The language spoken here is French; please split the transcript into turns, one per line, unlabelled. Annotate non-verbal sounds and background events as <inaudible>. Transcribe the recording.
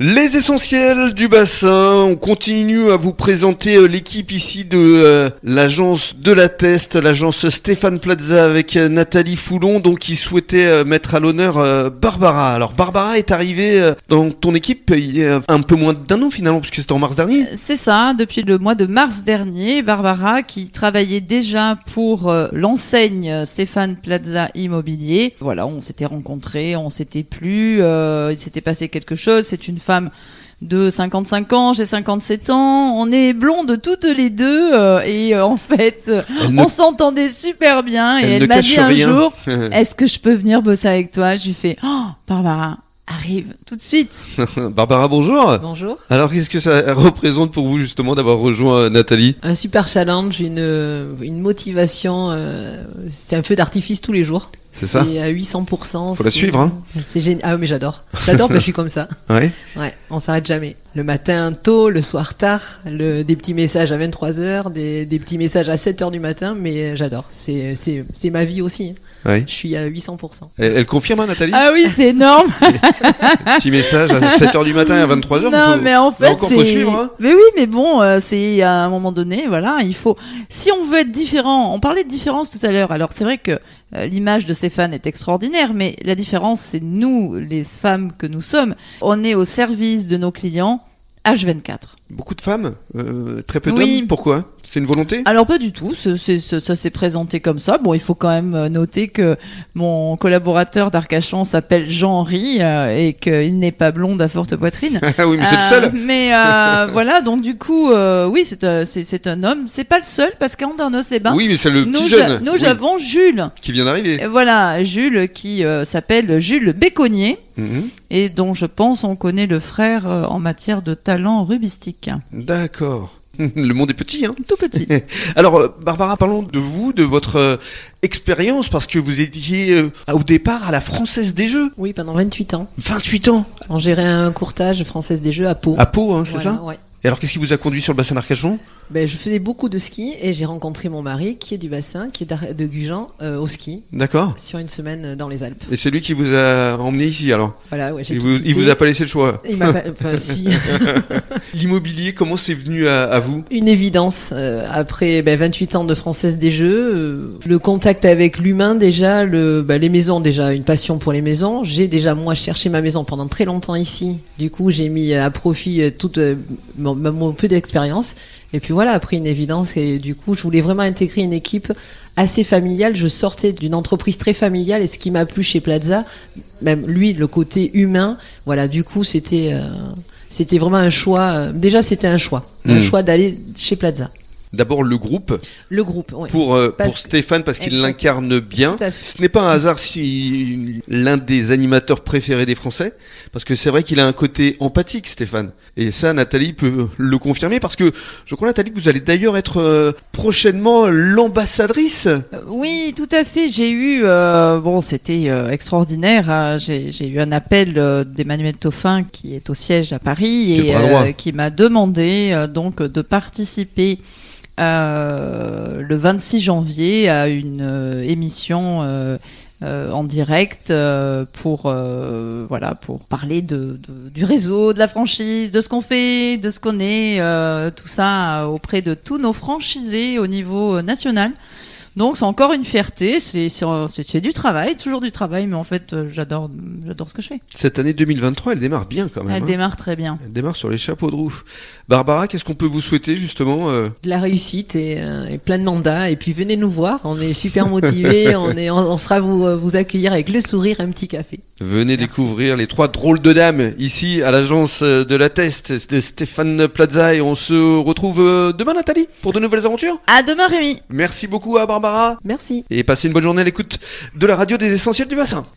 Les essentiels du bassin, on continue à vous présenter euh, l'équipe ici de euh, l'agence de la Teste, l'agence Stéphane Plaza avec euh, Nathalie Foulon, donc qui souhaitait euh, mettre à l'honneur euh, Barbara. Alors Barbara est arrivée euh, dans ton équipe il y a un peu moins d'un an finalement, puisque c'était en mars dernier.
C'est ça, depuis le mois de mars dernier, Barbara, qui travaillait déjà pour euh, l'enseigne Stéphane Plaza Immobilier, voilà, on s'était rencontrés, on s'était plu, euh, il s'était passé quelque chose, c'est une femme de 55 ans, j'ai 57 ans, on est blondes toutes les deux, euh, et euh, en fait, euh,
Elle ne-
on s'entendait super bien, et
elle
elle,
ne
m'a
cache
dit un
rien. <laughs>
jour, est-ce que je peux venir bosser avec toi Je lui fais, oh, Barbara, arrive tout de suite.
<laughs> Barbara, bonjour.
Bonjour.
Alors qu'est-ce que ça représente pour vous justement d'avoir rejoint euh, Nathalie
Un super challenge, une, euh, une motivation. euh, c'est un feu d'artifice tous les jours.
C'est ça
C'est à 800%.
Faut la
c'est-
suivre, hein.
C'est génial. Ah, mais j'adore. J'adore, mais je suis comme ça.
Ouais.
Ouais, on s'arrête jamais. Le matin tôt, le soir tard, le, des petits messages à 23h, des, des petits messages à 7h du matin, mais j'adore. C'est, c'est, c'est ma vie aussi. hein.
Ouais.
Je suis à 800%.
Elle, elle confirme hein, Nathalie
Ah oui, c'est énorme
Petit message à 7h du matin et à 23h.
Ah. Non,
vous-
mais en fait,
là encore, faut
c'est-
suivre, hein.
Mais oui, mais bon, euh, c'est à un moment donné, voilà, il faut. Si on veut être différent, on parlait de différence tout à l'heure. Alors c'est vrai que euh, l'image de Stéphane est extraordinaire, mais la différence, c'est nous, les femmes que nous sommes, on est au service de nos clients. H24.
Beaucoup de femmes, euh, très peu
Oui.
d'hommes. Pourquoi C'est une volonté
Alors pas du tout, c'est- c'est- ça ça s'est présenté comme ça. Bon, il faut quand même euh, noter que mon collaborateur d'Arcachon s'appelle Jean-Henri euh, et qu'il n'est pas blonde à forte poitrine.
<laughs> Ah oui, mais c'est le
Euh,
seul.
mais euh, <laughs> voilà, donc du coup, euh, oui, c'est un, c'est- c'est un homme. C'est pas le seul parce qu'Andernos-les-Bains,
oui, mais c'est le
ben, nous,
petit
a-
jeune
nous
oui,
avons Jules.
qui vient d'arriver.
Et voilà, Jules qui euh, s'appelle Jules Béconnier
Mhm.
et dont je pense on connaît le frère euh, en matière de talent rubistique.
D'accord. <laughs> Le monde est petit, hein.
Tout petit.
Alors, euh, Barbara, parlons de vous, de votre euh, expérience, parce que vous étiez euh, au départ à la Française des Jeux,
Oui, pendant 28 ans,
28 ans,
on gérait un courtage française des jeux à Pau.
à Pau, hein, c'est
Voilà,
ça
ouais.
Et alors, qu'est-ce qui vous a conduit sur le bassin d'Arcachon
Ben, je faisais beaucoup de ski et j'ai rencontré mon mari qui est du bassin, qui est d'Ar- de Gujan, euh, au ski
D'accord.
sur une semaine euh, dans les Alpes.
Et c'est lui qui vous a emmené ici, alors
Voilà, ouais, j'ai
il
tout
vous, il
quitté.
vous a pas laissé le choix.
Il m'a pas-
<laughs>
enfin, si,
L'immobilier, comment c'est venu à, à vous
une évidence. euh, après ben, 28 ans de française des jeux, euh, le contact avec l'humain déjà, le, ben, les maisons déjà, une passion pour les maisons. J'ai déjà moi cherché ma maison pendant très longtemps ici. Du coup, j'ai mis à profit euh, toute euh, mon, ma- mon peu d'expérience. Et puis voilà, après une évidence et du coup, je voulais vraiment intégrer une équipe assez familiale. Je sortais d'une entreprise très familiale et ce qui m'a plu chez Plaza, même lui, le côté humain, voilà, du coup, c'était euh, c'était vraiment un choix. euh, Déjà, c'était un choix,
Mm.
un choix d'aller chez Plaza.
D'abord le groupe,
Le groupe, ouais.
pour, euh,
Parce
pour Stéphane parce qu'il
Exact.
l'incarne bien.
Tout à fait.
Ce n'est pas un hasard si l'un des animateurs préférés des Français, parce que c'est vrai qu'il a un côté empathique, Stéphane. Et ça, Nathalie peut le confirmer, parce que je crois, Nathalie, que vous allez d'ailleurs être euh, prochainement l'ambassadrice.
Euh, Oui, tout à fait. J'ai eu, euh, bon, c'était euh, extraordinaire. hein. J'ai j'ai eu un appel euh, d'Emmanuel Toffin, qui est au siège à
Qui
Paris,
est
et euh,
bras droit.
qui m'a demandé euh, donc de participer euh, le 26 janvier à une euh, émission. euh, euh, en direct euh, pour euh, voilà pour parler de, de- du réseau de la franchise de ce qu'on fait de ce qu'on est euh, tout ça euh, auprès de tous nos franchisés au niveau euh, national donc c'est encore une fierté c'est c'est c'est- c'est du travail toujours du travail mais en fait euh, j'adore j'adore ce que je fais
Cette année 2023, elle démarre bien quand même.
elle
hein.
démarre très bien
Elle démarre sur les chapeaux de roue. Barbara, qu'est-ce qu'on peut vous souhaiter justement euh,
de la réussite et, euh, et plein de mandats. Et puis venez nous voir, on est super motivés, on, est, on, on sera vous, euh, vous accueillir avec le sourire, un petit café.
Venez
Merci.
découvrir les trois drôles de dames ici à l'agence euh, de la Teste de Stéphane Plaza et on se retrouve euh, demain Nathalie pour de nouvelles aventures.
à demain Rémi
Merci beaucoup à Barbara
Merci.
et passez une bonne journée à l'écoute de la radio des essentiels du bassin.